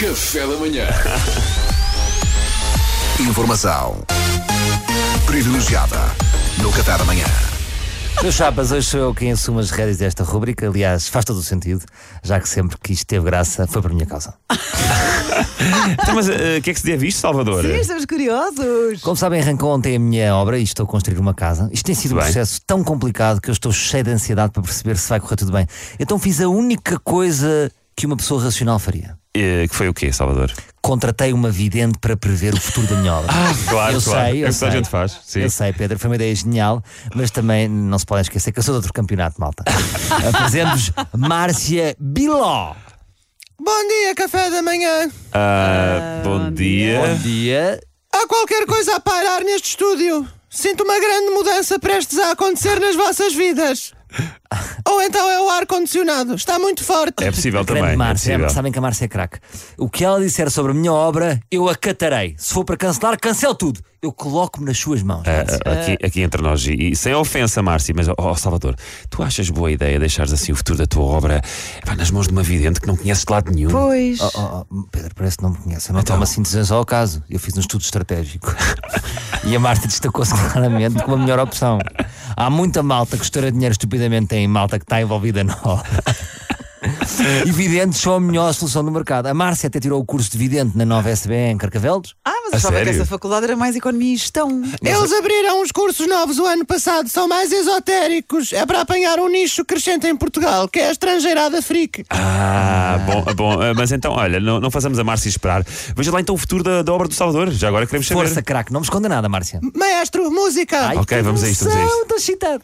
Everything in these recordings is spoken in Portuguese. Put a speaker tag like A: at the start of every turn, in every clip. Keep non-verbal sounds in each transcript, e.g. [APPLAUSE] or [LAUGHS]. A: Café da manhã.
B: [LAUGHS] Informação privilegiada no Café da Manhã.
C: Meus chapas, hoje sou eu quem assumo as rédeas desta rubrica. Aliás, faz todo o sentido, já que sempre que isto teve graça foi por minha causa.
D: Então, mas eh, o que é que se deve a isto, Salvador?
E: Sim, estamos curiosos.
C: Como sabem, arrancou ontem a minha obra e estou a construir uma casa. Isto tem sido um
D: Bem.
C: processo tão complicado que eu estou cheio de ansiedade para perceber se vai correr tudo bem. Então fiz a única coisa que uma pessoa racional faria.
D: Eh, que foi o quê, Salvador?
C: Contratei uma vidente para prever o futuro da minha obra.
D: Claro,
C: eu
D: claro.
C: sei,
D: é
C: eu
D: o que toda a
C: sei.
D: gente faz. Sim.
C: Eu sei, Pedro, foi uma ideia genial, mas também não se podem esquecer que eu sou de outro campeonato,
D: [LAUGHS]
C: malta. Apresento-vos Márcia Biló.
F: Bom dia, café da manhã.
D: Ah, bom dia.
C: Bom dia.
F: Há qualquer coisa a pairar neste estúdio. Sinto uma grande mudança prestes a acontecer nas vossas vidas. Ou então é o ar-condicionado. Está muito forte.
D: É possível
C: Grande
D: também.
C: Márcia,
D: é possível.
C: sabem que a Márcia é craque. O que ela disser sobre a minha obra, eu acatarei. Se for para cancelar, cancelo tudo. Eu coloco-me nas suas mãos. Márcia.
D: Ah, Aqui, aqui entre nós, e, e sem ofensa, Márcia, mas, ó ó, Salvador, tu achas boa ideia deixares assim o futuro da tua obra pá, nas mãos de uma vidente que não conheces de lado nenhum?
E: Pois.
C: Oh, oh, oh, Pedro, parece que não me conhece. Eu não
D: Então.
C: tomo assim decisões ao acaso. Eu fiz um estudo estratégico. [LAUGHS] e a Marta destacou-se claramente como a melhor opção. Há muita malta que estoura dinheiro estupidamente em malta que está envolvida na obra. [LAUGHS] E videntes são a melhor solução do mercado. A Márcia até tirou o curso de vidente na nova SBE em Carcavelos.
E: Ah, mas
D: A
E: achava que
D: sério?
E: essa faculdade era mais economia e gestão.
F: Eles abriram uns cursos novos o ano passado, são mais esotéricos. É para apanhar um nicho crescente em Portugal, que é a estrangeirada freak.
D: Ah, bom, bom, ah, mas então, olha, não, não façamos a Márcia esperar. Veja lá então o futuro da, da obra do Salvador. Já agora queremos saber.
C: Força, craque, não me esconda nada, Márcia.
F: Maestro, música.
C: Ai,
D: Ok,
C: que
D: vamos a isto, vamos a
C: emoção,
D: isto.
C: Estou excitado.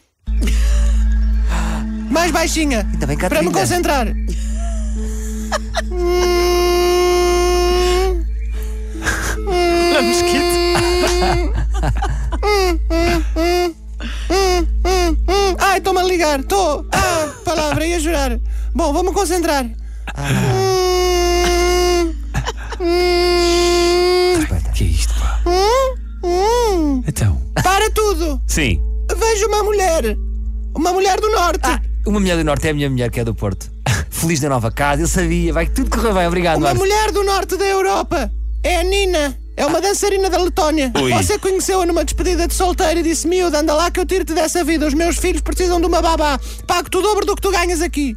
F: Mais baixinha.
C: Ainda bem que
D: Tá
C: há
F: Para me
C: trilha.
F: concentrar. Ai, estou-me a ligar. Estou. Ah, palavra, ia jurar. Bom, vou-me concentrar. Hum, hum,
D: O que é isto, pá?
F: hum.
D: Então.
F: Para tudo.
D: Sim.
F: Vejo uma mulher. Uma mulher do norte.
D: Ah,
C: Uma mulher do Norte é a minha mulher que é do Porto. [LAUGHS] Feliz da nova casa, eu sabia, vai que tudo correr bem. Obrigado,
F: Uma
C: Márcia.
F: mulher do norte da Europa. É a Nina. É uma dançarina da Letónia.
D: Ui.
F: Você conheceu-a numa despedida de solteiro e disse: Miúda, anda lá que eu tiro-te dessa vida. Os meus filhos precisam de uma babá. Pago-te o dobro do que tu ganhas aqui.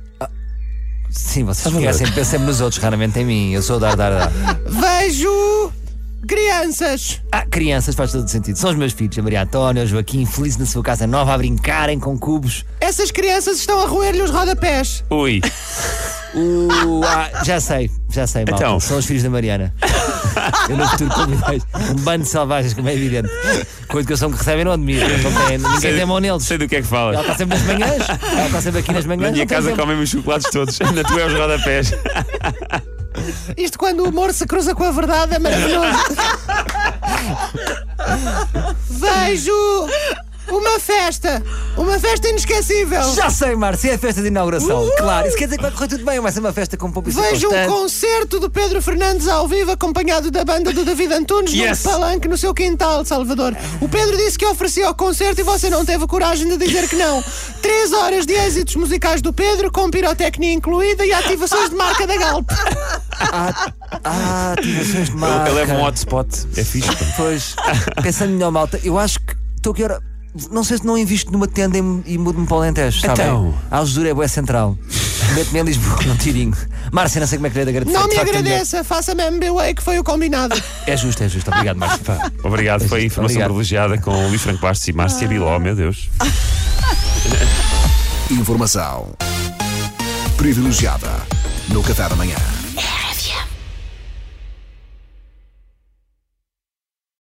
C: Sim, vocês conhecem, pensam sempre nos outros, raramente em mim. Eu sou dar, dar, dar.
F: [LAUGHS] Vejo. crianças.
C: Ah, crianças, faz todo sentido. São os meus filhos, a Maria Antónia, o Joaquim, felizes na sua casa nova, a brincarem com cubos.
F: Essas crianças estão a roer-lhe os rodapés.
D: Ui.
F: Uh,
C: O- [LAUGHS] ah, já sei, já sei, malta.
D: Então.
C: São os filhos da
D: [LAUGHS]
C: Mariana. Eu no futuro convidei um bando de selvagens, como é evidente. Com a educação que recebem, não admiro. Não tem, ninguém tem mão neles.
D: Sei do que é que
C: Ela
D: fala.
C: está sempre nas manhãs, ela tá está sempre aqui nas manhãs.
D: Na minha
C: não tem
D: casa
C: tempo.
D: comem os chocolates todos. [LAUGHS] Na tua é os rodapés.
F: Isto quando o humor se cruza com a verdade é maravilhoso. Vejo. uma festa. Uma festa inesquecível.
C: Já sei, Márcia, é a festa de inauguração.
F: Uh!
C: Claro, isso quer dizer que vai correr tudo bem, vai ser uma festa com pouco
F: Vejo um concerto do Pedro Fernandes ao vivo, acompanhado da banda do David Antunes
D: Yes.
F: no palanque no seu quintal, Salvador. O Pedro disse que oferecia o concerto e você não teve coragem de dizer que não. Três horas de êxitos musicais do Pedro, com pirotecnia incluída e ativações de marca da Galp.
C: Ah, ativações de marca.
D: Ele leva um hotspot. É fixe. pá.
C: Pois, pensando melhor, malta, eu acho que estou que hora. Não sei se não invisto numa tenda e, e mudo-me para o Alentejo, está
D: Então.
C: bem? A Algesura é boa central. Mete-me em Lisboa, um tirinho. Márcia, não sei como é que lhe hei de agradecer.
F: Não
C: de
F: me
C: facto, é melhor.
F: agradeça, faça-me MBA, que foi o combinado.
C: É justo, é justo. Obrigado, Márcia.
D: Pá, Obrigado. Foi a informação
C: Obrigado.
D: privilegiada com o Luís Franco Bastos e Márcia Biló. Meu Deus.
B: Informação privilegiada no Café da Manhã.